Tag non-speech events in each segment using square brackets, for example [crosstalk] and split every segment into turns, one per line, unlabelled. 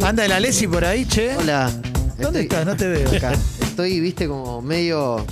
Anda el Alessi por ahí, che.
Hola.
¿Dónde
Estoy-
estás? No te veo.
acá. Estoy, viste, como medio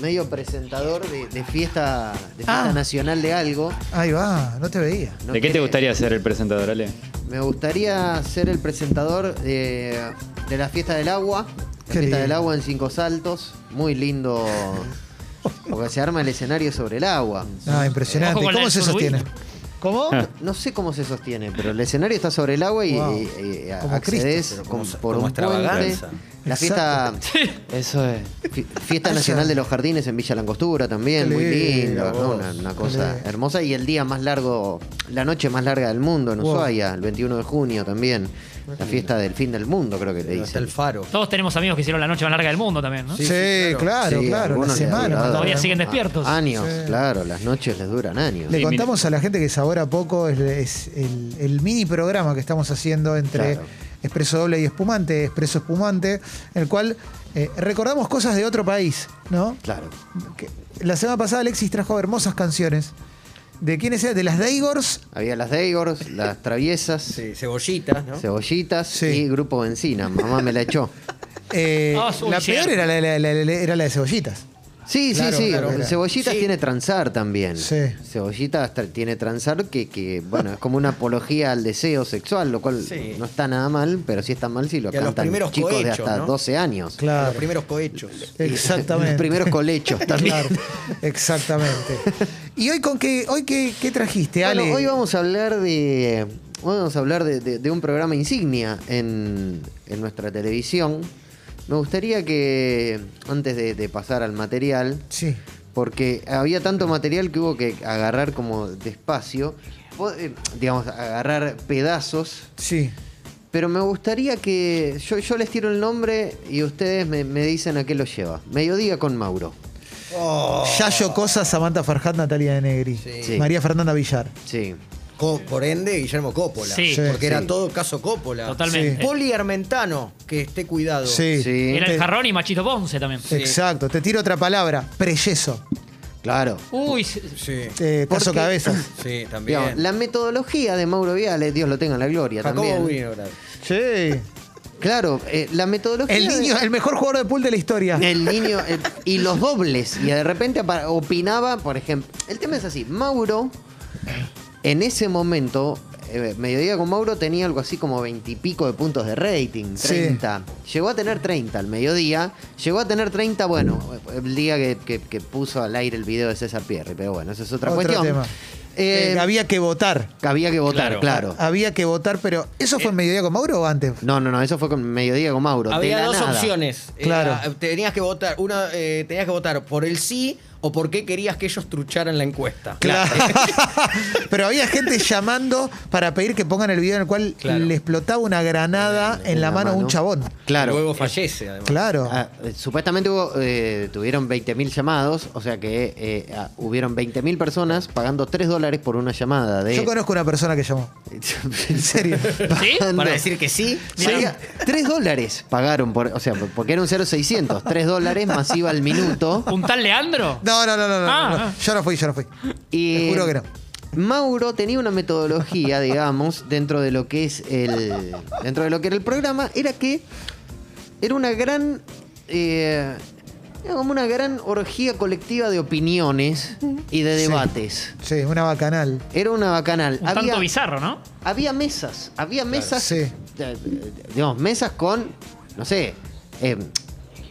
medio presentador de, de fiesta de fiesta
Ah.
nacional de algo.
[laughs] Ahí va, no te veía.
No
¿De qué te
quiere-
gustaría ser el presentador, Ale?
Me gustaría ser el presentador de, de la fiesta del agua. La
Qué
fiesta
lindo.
del agua en Cinco Saltos.
[laughs]
Muy lindo. Porque se arma el escenario sobre el agua.
Ah, impresionante.
Ojo con la
¿Cómo se
Surubí.
sostiene? ¿Cómo?
No sé cómo se sostiene, pero el escenario está sobre el agua y,
Wow.
y- y
Como
accedes
Cristo, pero como-
con- por
como
un puente.
extravaganza.
La fiesta,
Eso es.
fi- fiesta
Esa.
Nacional de los Jardines en Villa Langostura también,
Qué
muy
lindo,
lindo, ¿no?
vos.
una, una cosa
Qué lindo.
hermosa. Y el día más largo, la noche más larga del mundo en
Wow.
Ushuaia, el 21 de junio también. La fiesta del fin del mundo, creo que le
Hasta
dicen.
el faro.
Todos tenemos amigos que hicieron la noche más larga del mundo también, ¿no?
Sí,
Sí, sí,
claro,
Sí,
claro.
algunos
La
les dura-
semana.
Todavía siguen despiertos.
a- Años,
Sí.
claro, las noches les duran años.
Le
Sí,
contamos a la gente que Sabor a Poco es, es el, el mini programa que estamos haciendo entre
Claro.
Expreso Doble y Espumante, Expreso Espumante, en el cual eh, recordamos cosas de otro país, ¿no?
Claro.
Que- la semana pasada Alexis trajo hermosas canciones. ¿De quiénes eran? De las Daigors.
Había las Daigors, las traviesas,
Sí, cebollitas, ¿no?
cebollitas
Sí.
y grupo Benzina. Mamá me la echó.
eh,
Ah, soy
la
cierto.
peor era la, la- la- la- era la de Cebollitas.
Sí,
Claro,
sí, sí.
claro, claro.
Cebollitas
Sí.
tiene transar también.
Sí.
Cebollitas tra- tiene transar que, que, bueno, es como una apología al deseo sexual, lo cual
Sí.
no está nada mal, pero sí está mal si lo
Y a los
cantan
primeros
chicos de
cohechos,
hasta
¿no?
12 años.
Los
[laughs]
primeros cohechos.
Exactamente.
Los primeros
[laughs]
colechos también.
Claro, exactamente. [laughs] ¿Y hoy con qué, hoy qué, qué trajiste,
Bueno,
Ale?
hoy vamos a hablar de. hoy vamos a hablar de, de- de un programa insignia en, en nuestra televisión. Me gustaría que, antes de, de pasar al material,
Sí.
porque había tanto material que hubo que agarrar como despacio, po- eh, digamos, agarrar pedazos.
Sí.
Pero me gustaría que. Yo, yo les tiro el nombre y ustedes me, me dicen a qué lo lleva. Mediodía con Mauro. Oh.
Yayo Cosa, Samantha Farhat, Natalia de Negri.
Sí.
María Fernanda Villar.
Sí.
Co- por ende, Guillermo Coppola.
Sí.
Porque
Sí.
era
Sí.
todo caso Coppola.
Totalmente.
Poli Armentano, que esté cuidado.
Sí.
Sí.
Era el jarrón y Machito Ponce también.
Exacto. Te tiro otra palabra. Preyeso.
Claro.
Uy, se-
Sí,
Eh,
¿Por
caso
qué?
Cabezas.
[laughs]
sí, también.
Digamos, la metodología de Mauro Viale, Dios lo tenga en la gloria
Jacobo
también.
Winograd.
Sí.
Claro, eh, la metodología.
El
de- [laughs]
niño, el mejor jugador de pool de la historia.
El niño. eh, y los dobles. Y de repente apa- opinaba, por ejemplo. El tema es así: Mauro, en ese momento, eh, Mediodía con Mauro tenía algo así como veintipico de puntos de rating,
Sí.
30. Llegó a tener 30 al mediodía. Llegó a tener 30, bueno, el día que, que- que puso al aire el video de César Pierre. Pero bueno, esa es otra
Otro
cuestión.
tema.
Eh,
Eh, Ah. había que votar.
había que votar, claro.
Había que votar, pero ¿eso
Eh,
fue en mediodía con Mauro o antes?
No, no, no, eso fue con Mediodía con Mauro. de
Había
la
dos
nada.
opciones.
Claro.
Era- tenías que votar, una, eh, tenías que votar por el sí o por qué querías que ellos trucharan la encuesta.
Claro. [laughs] Pero había gente llamando para pedir que pongan el video en el cual
Claro.
le explotaba una granada en la mano a un chabón.
[laughs] Claro.
Luego fallece, además.
Claro.
Ah, eh, supuestamente hubo, eh, tuvieron 20.000 llamados, o sea que eh, ah, hubieron 20.000 personas pagando 3 dólares por una llamada. De...
Yo
[laughs]
conozco una persona que llamó. En serio.
¿sí?
Pagando-
Para decir que sí.
Sabía, 3 dólares pagaron, por, o sea, porque era un 0,600. 3 dólares más IVA al minuto.
¿Puntal Leandro?
[laughs] No, no, no, no, no,
Ah,
no.
ah.
Yo no fui, yo no fui.
Y
Te juro que no.
Mauro tenía una metodología, digamos, dentro de lo que es el. dentro de lo que era el programa, era que era una gran. eh, era como una gran orgía colectiva de opiniones y de
Sí.
debates.
Sí, una bacanal.
Era una bacanal.
Un
había,
tanto bizarro, ¿no?
había mesas, había mesas.
sí.
eh, eh, digamos, mesas con, no sé, eh,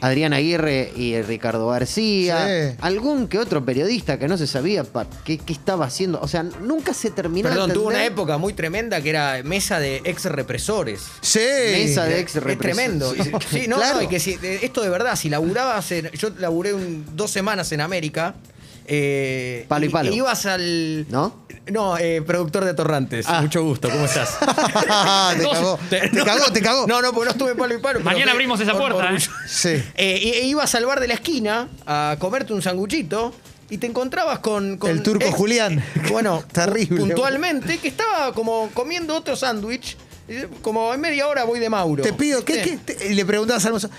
Adrián Aguirre y Ricardo García.
Sí.
Algún que otro periodista que no se sabía pa- qué, qué estaba haciendo. O sea, nunca se terminó. de
Perdón, tuvo una
entender
época muy tremenda que era mesa de ex represores.
Sí.
Mesa de ex
Es tremendo. Sí, no,
Claro.
no, y que si- de- esto de verdad, si laburabas, en- yo laburé un- dos semanas en América. eh,
Palo y palo.
e ibas al.
¿No?
No, eh, productor de Torrantes.
Ah.
Mucho gusto, ¿cómo
[laughs]
estás?
[laughs] te cagó. Te
no,
cagó,
no,
te cagó.
No, no, porque no estuve en palo y palo. pero
Mañana
fui
abrimos esa
con
puerta,
orgullo. [laughs]
Sí.
Eh, y- e ibas al bar de la esquina a comerte un sanguchito y te encontrabas con. con
El turco Julián. [laughs]
Bueno,
Terrible.
puntualmente, que estaba como comiendo otro sándwich. eh, Como en media hora voy de Mauro.
Te pido, ¿qué,
¿Viste?
qué- te- y le preguntabas al mozo,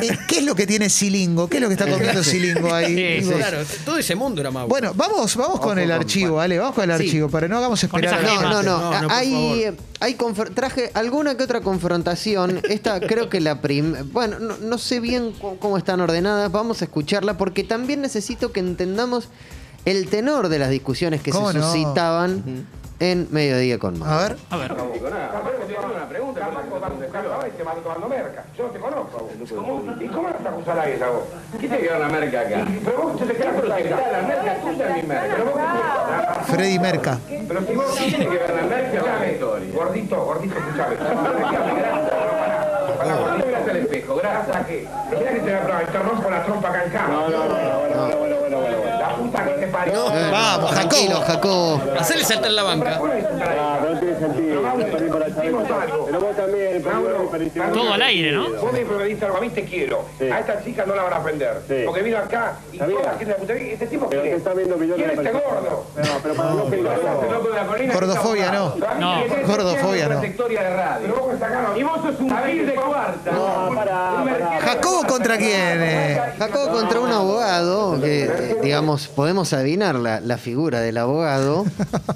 eh, ¿qué es lo que tiene Silingo? ¿Qué es lo que está comiendo Silingo ahí?
Sí,
Digo,
sí.
Claro, t- todo ese mundo era Mauro.
Bueno, vamos, vamos con
Ojo
el
con-
archivo, Ale, vamos con el
Sí.
archivo, para no hagamos
Con
esperar.
esas
a-
gemas.
No, no, no.
No, no, por
hay, hay confer- traje alguna que otra confrontación. Esta creo que la prim. Bueno, no, no sé bien cu- cómo están ordenadas. Vamos a escucharla porque también necesito que entendamos el tenor de las discusiones que se
¿Cómo no?
suscitaban en Mediodía con Mauro.
A ver,
A ver.
Yo no te conozco a vos. ¿Cómo? ¿Y cómo vas a acusar a esa vos? ¿Qué te queda la merca acá? Pero vos te quedas con la merca. La merca tuya es mi merca. Pero vos
Freddy Merca.
Pero si vos tiene que ver la merca, escuchame. Gordito, gordito, escuchame. Para gordito mirás al espejo, gracias a qué. Mirá que te voy a probar, te rompo la trompa acá en cama. No, no, no, bueno, bueno, bueno, bueno. La puta que te parió. No,
Eh,
Vamos,
tranquilo, Jacobo.
Hacerle saltar la banca.
no tiene sentido. Pero vos también,
Todo al aire, ¿no?
Vos me prometiste algo, a mí te quiero. A esta chica no la van a ofender. Porque vino acá y toda la gente de la puta este tipo quiere. ¿Quién es este gordo? No, pero para no
Gordofobia, no.
No.
Gordofobia, no.
de radio. Y vos sos un gil de cuarta. No, para.
Jacobo contra quién? eh?
Jacobo contra un abogado, que eh, digamos, podemos adivinar la, la figura del abogado,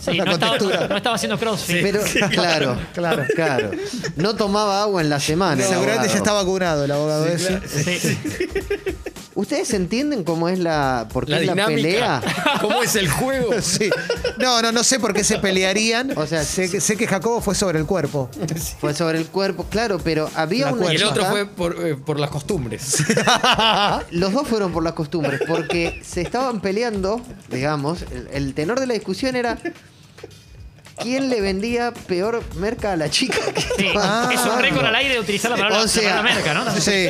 Sí,
La
no estaba,
contextura.
no estaba haciendo crossfit. [laughs]
pero claro, claro, claro. No tomaba agua en la semana. el
Seguramente ya
abogado.
está vacunado el abogado ese.
Sí.
¿Ustedes entienden cómo es la, por qué
La
es la
dinámica.
pelea?
[laughs] ¿Cómo es el juego?
Sí. No, no, no sé por qué se pelearían.
O sea,
sé, que- sé que Jacobo fue sobre el
[laughs]
cuerpo.
Fue sobre el cuerpo, claro, pero había
La
una
Y el
cuerpa.
otro
chica-
fue por, eh, por las costumbres.
Los dos fueron por las costumbres, porque se estaban peleando, digamos, el, el tenor de la discusión era quién le vendía peor merca a la chica. [laughs]
Sí.
Ah.
es un récord al aire de utilizar la palabra,
O sea,
la palabra merca,
Ah,
¿no?
Sí,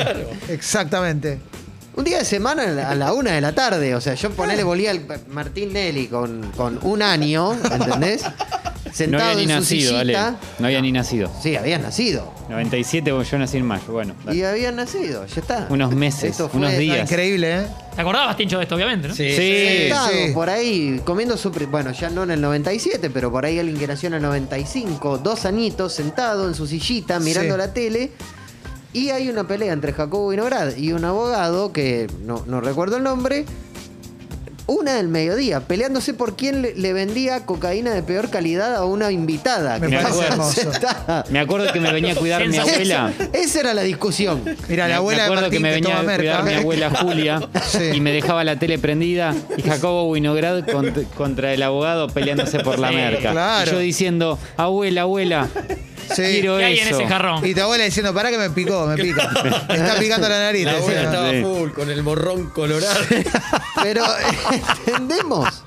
exactamente.
Un día de semana a la- a la una de la tarde, o sea, yo ponele volía al Martín Nelly con, con un año, ¿entendés?
No
Sentado
había ni
en su
nacido, Ale.
sillita.
No había ni nacido.
Sí, había nacido.
97, yo nací en mayo. Bueno, dale.
Y habían nacido, ya está.
Unos meses,
Esto
unos días.
Increíble, ¿eh?
¿Te acordabas, Tincho, de esto, obviamente, no?
Sí.
Sí.
sentado
sí.
por ahí comiendo su... pri- Bueno, ya no en el 97, pero por ahí alguien que nació en el 95, dos añitos, sentado en su sillita, mirando
Sí.
la tele. Y hay una pelea entre Jacobo Vinograd y un abogado, que no, no recuerdo el nombre, una del mediodía, peleándose por quién le, le vendía cocaína de peor calidad a una invitada.
Me
que
parece
estaba [laughs]
hermoso.
sentada.
Me acuerdo que me venía a cuidar mi abuela.
Esa- esa era la discusión.
Mira, la abuela
me
de
acuerdo
Martín
que me venía
toma
a cuidar
merca.
mi abuela Julia
Sí.
y me dejaba la tele prendida y Jacobo Winograd cont- contra el abogado peleándose por la
Sí.
merca.
Claro.
Y yo diciendo, abuela, abuela,
Sí.
quiero
¿Qué hay en
eso.
ese jarrón?
Y tu abuela diciendo, pará que me picó, me
[laughs]
pica. Me está picando la nariz.
La abuela
decía.
estaba
Sí.
full con el borrón colorado.
Pero [laughs] entendemos.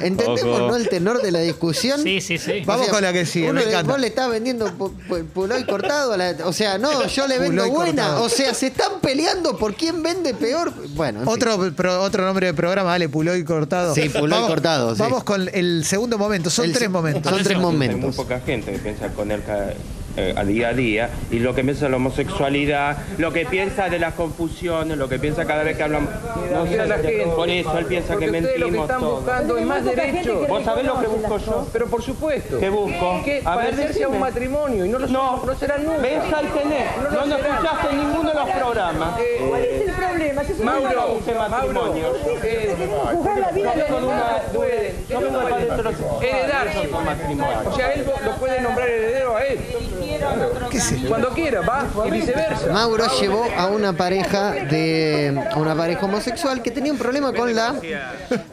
Entendemos,
Ojo.
¿no? El tenor de la discusión.
Sí, sí, sí.
Vamos con la que sigue,
uno
me
le-
encanta.
Vos le estás vendiendo pu- pu- puloy cortado. a la- o sea, no, yo le vendo
Puloy
buena.
cortado.
O sea, se están peleando por quién vende peor. Bueno, en fin.
Otro, pro- otro nombre de programa, Ale, Puloy Cortado.
Sí, Puloy Cortado, sí.
Vamos con el segundo momento, son
El-
tres momentos.
Son tres
Hay muy
momentos.
poca gente que piensa con él ca- eh, a día a día y lo que piensa de la homosexualidad, lo que piensa de las confusiones, lo que piensa cada vez que hablan. No sé, por eso él piensa que mentimos todos.
es más derecho.
¿Vos sabés lo que busco yo?
Pero por supuesto.
¿Qué busco?
Que
A ver,
parecerse a un
decime.
matrimonio y no lo
No,
no será nunca.
ves al tener,
No
no
lo
nos
será.
escuchaste en ninguno de los programas.
¿Cuál es el problema? Que es un
Mauro,
Ese
Mauro,
matrimonio.
eh,
jugar la vida de
Yo
los
vengo de
demás.
una- de un- yo vengo de padres heterosexuales.
heredar.
Son matrimonio.
O sea, él lo puede nombrar heredero a él.
¿Qué sé yo?
Cuando quiera, va. Y viceversa.
Mauro llevó a una pareja de a una pareja homosexual que tenía un problema con la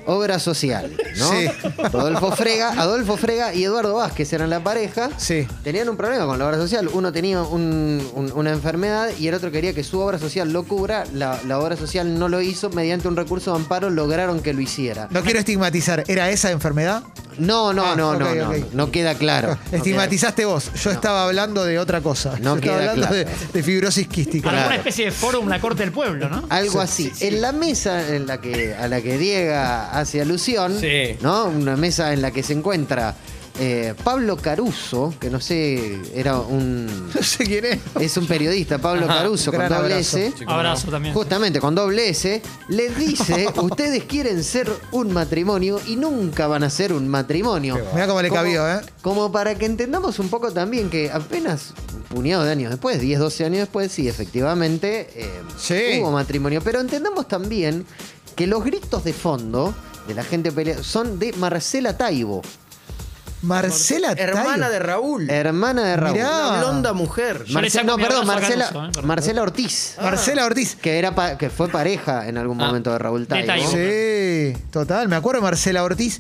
obra social, ¿no?
Sí.
Adolfo Frega, Adolfo Frega y Eduardo Vázquez eran la pareja.
Sí.
Tenían un problema con la obra social. Uno tenía un- un- una enfermedad y el otro quería que su obra social lo cubra. La, la obra social no lo hizo. Mediante un recurso de amparo lograron que lo hiciera.
No quiero estigmatizar, ¿era esa enfermedad?
No, no,
Ah,
no,
ok,
no, no,
ok.
no queda
[laughs]
claro. No queda-
Estigmatizaste vos, yo estaba hablando de otra cosa. yo
No
estaba
queda
hablando
claro.
de, de fibrosis quística.
Alguna
Claro. Ah,
especie de fórum, la corte del pueblo, ¿no?
Algo así. En la mesa en la que, a la que Diega hace alusión,
Sí.
¿no? Una mesa en la que se encuentra eh, Pablo Caruso, que no sé, era un.
[laughs] No sé quién es.
Es un periodista, Pablo Caruso, con
gran
doble
abrazo.
S.
Abrazo también.
Justamente, con doble S,
[laughs]
le dice, ustedes quieren ser un matrimonio y nunca van a ser un matrimonio.
Mirá cómo le
Como-
cabió, ¿eh?
Como para que entendamos un poco también que apenas un puñado de años después, 10, 12 años después, sí, efectivamente, eh,
Sí.
hubo matrimonio. Pero entendamos también que los gritos de fondo de la gente pelea son de Marcela Taibo,
Marcela
Hermana
Tayo.
de Raúl.
hermana de Raúl.
Mirá.
Una blonda mujer.
Yo le
Marce-
saco
no,
mi
perdón,
abrazo a
Marcela,
Caruso, eh, perdón.
Marcela Ortiz.
Marcela Ortiz.
Que, era pa- que fue pareja en algún
Ah.
momento de Raúl Taibo.
Detalle.
Sí, total. Me acuerdo de Marcela Ortiz.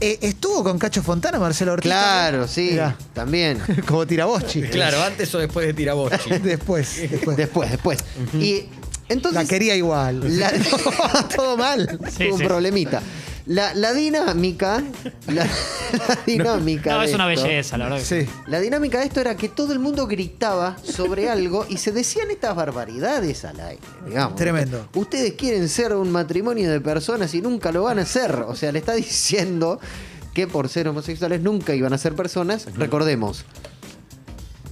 Eh, ¿Estuvo con Cacho Fontana, Marcela Ortiz?
Claro, sí,
Mirá. [laughs]
[laughs]
también.
Como tiraboschi.
Claro, antes o después de Tirabochi.
Después, después.
Después, después. Y entonces.
La quería igual.
[laughs]
la- [laughs]
Todo mal.
Sí,
tuvo un
sí.
problemita. La, la dinámica. La, [laughs] la dinámica.
No,
de
es una
esto-
belleza, la verdad. que
Sí.
La dinámica de esto era que todo el mundo gritaba sobre algo y se decían estas barbaridades al aire, digamos.
Tremendo.
Ustedes quieren ser un matrimonio de personas y nunca lo van a ser. O sea, le está diciendo que por ser homosexuales nunca iban a ser personas. Recordemos.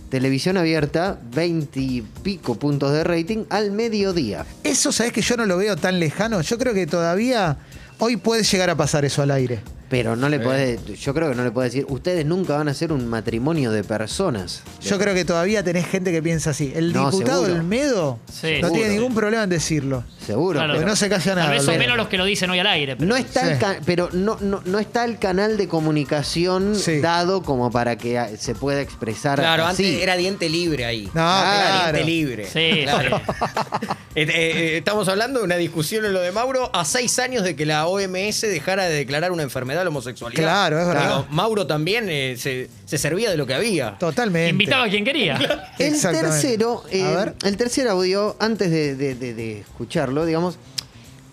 Televisión abierta, 20 y pico puntos de rating al mediodía.
Eso, ¿sabes que yo no lo veo tan lejano? Yo creo que todavía hoy puede llegar a pasar eso al aire.
Pero no le podés, yo creo que no le podés decir, ustedes nunca van a ser un matrimonio de personas.
Yo creo que todavía tenés gente que piensa así. El
No,
diputado
seguro.
Olmedo
Sí,
no tiene
seguro.
ningún problema en decirlo.
Seguro.
Claro.
Porque no se calla nada.
Tal vez son
Olmedo.
menos los que lo dicen hoy al aire. pero-
No está el
Sí.
ca- pero no, no, no está el canal de comunicación
Sí.
dado como para que ah, se pueda expresar
Claro,
así.
antes era diente libre ahí.
No,
Era
claro.
diente libre.
Sí,
Claro. [laughs]
sí.
Eh, eh, eh, estamos hablando de una discusión en lo de Mauro a seis años de que la OMS dejara de declarar una enfermedad la homosexualidad.
Claro, es verdad.
Mauro también eh, se, se servía de lo que había.
Totalmente.
Invitaba a quien quería.
El
Exactamente.
tercero, eh,
A ver.
el tercer audio, antes de, de- de- de escucharlo, digamos,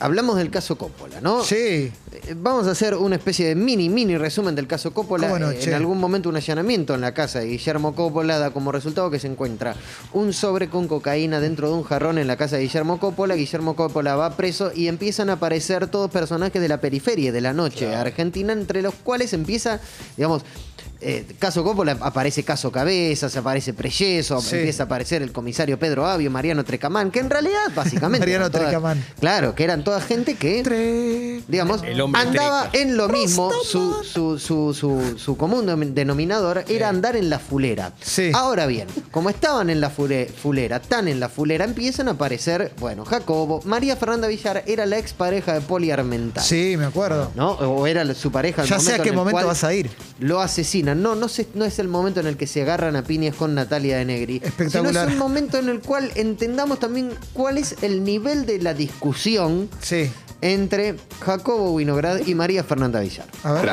hablamos del caso Coppola, ¿no?
Oh. Sí.
Eh, Vamos a hacer una especie de mini, mini resumen del caso Coppola.
¿Cómo no,
Eh,
che?
en algún momento un allanamiento en la casa de Guillermo Coppola da como resultado que se encuentra un sobre con cocaína dentro de un jarrón en la casa de Guillermo Coppola. Guillermo Coppola va preso y empiezan a aparecer todos personajes de la periferia de la noche argentina, entre los cuales empieza, digamos... eh, caso Coppola aparece Caso Cabezas, aparece Preyeso,
Sí.
empieza a aparecer el comisario Pedro Avio, Mariano Trecamán, que en realidad
[laughs]
básicamente...
Mariano
eran todas-
Trecamán.
Claro, que eran toda gente que
Tres.
digamos,
El hombre
andaba en lo mismo. Su, su, su, su, su común dom- denominador era andar en la fulera.
Sí.
Ahora bien, como estaban en la fule- fulera, tan en la fulera, empiezan a aparecer, bueno, Jacobo, María Fernanda Villar era la expareja de Poli Armental.
Sí, me acuerdo.
¿no? O era su pareja. al
Ya sé a
en
qué
el
momento
cual
vas a ir.
Lo asesinan. No, no, se- no es el momento en el que se agarran a piñas con Natalia de Negri.
Espectacular.
Sino es un momento en el cual entendamos también cuál es el nivel de la discusión
Sí.
entre Jacobo Winograd y María Fernanda Villar.
A ver.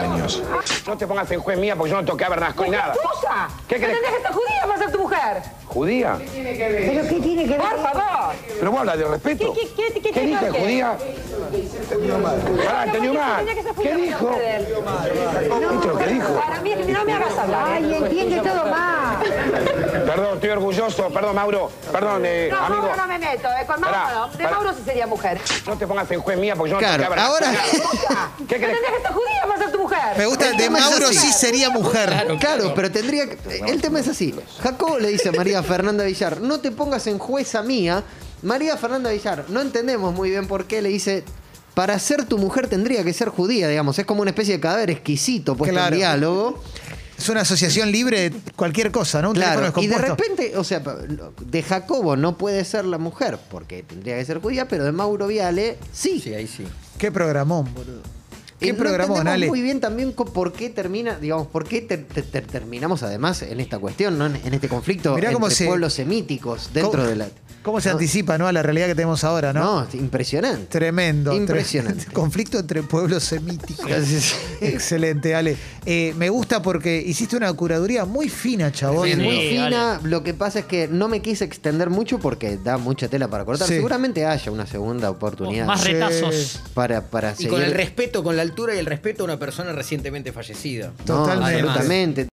No te pongas en juez mía porque yo no toqué a Bernasco ni nada.
¡Cosa!
¿Qué querés?
¿Entendés que esta judía va a ser tu mujer?
¿Judía?
¿Pero qué tiene que ver? Por favor.
Pero vos hablas de respeto.
¿Qué- qué- qué- qué
¿Qué dije,
tenés que-
judía? Pará, entendió mal.
Tenía que
¿Qué
ser judía para
dijo?
ustedes.
¿Viste lo que dijo?
Para mí no me hagas hablar. Ay, entiende todo más.
Perdón, estoy orgulloso. Perdón, Mauro. Perdón, eh,
No,
amigo.
Mauro no me meto. eh, Con
Pará,
Mauro no. De
pará.
Mauro sí sería mujer.
No te pongas en juez mía porque yo no
Claro,
toqué a Bernasco.
ahora-
ni nada.
¡Cosa!
¿Qué querés?
¿Entendés que esta judía va a ser tu mujer?
Me gusta el de
tema es
Mauro
así.
sí sería mujer.
Claro, pero tendría que. El tema es así. Jacobo le dice a María Fernanda Villar, no te pongas en jueza mía. María Fernanda Villar, no entendemos muy bien por qué le dice. Para ser tu mujer tendría que ser judía, digamos. Es como una especie de cadáver exquisito puesto
Claro.
en diálogo.
Es una asociación libre de cualquier cosa, ¿no? Un
Claro.
teléfono
Y de
descompuesto.
repente, o sea, de Jacobo no puede ser la mujer, porque tendría que ser judía, pero de Mauro Viale sí.
Sí, ahí sí.
Qué programón, boludo.
Eh,
Qué
no
programón,
entendemos
Ale.
muy bien también co- por qué termina, digamos, por qué ter- ter- ter- terminamos además en esta cuestión, ¿no? en, en este conflicto
Mirá
entre
cómo se-
pueblos semíticos dentro
¿Cómo-
de la.
¿Cómo se
no,
anticipa, no? A la realidad que tenemos ahora, ¿no?
No, es impresionante.
Tremendo. tre-
Impresionante.
[laughs] Conflicto entre pueblos semíticos.
Sí, sí.
Excelente, Ale. Eh, me gusta porque hiciste una curaduría muy fina, chabón.
Es
Sí,
muy
dale.
fina, lo que pasa es que no me quise extender mucho porque da mucha tela para cortar.
Sí.
Seguramente haya una segunda oportunidad
Más
Sí.
retazos.
para, para
Y
seguir.
con el respeto, con la altura y el respeto a una persona recientemente fallecida.
No,
Totalmente.
absolutamente.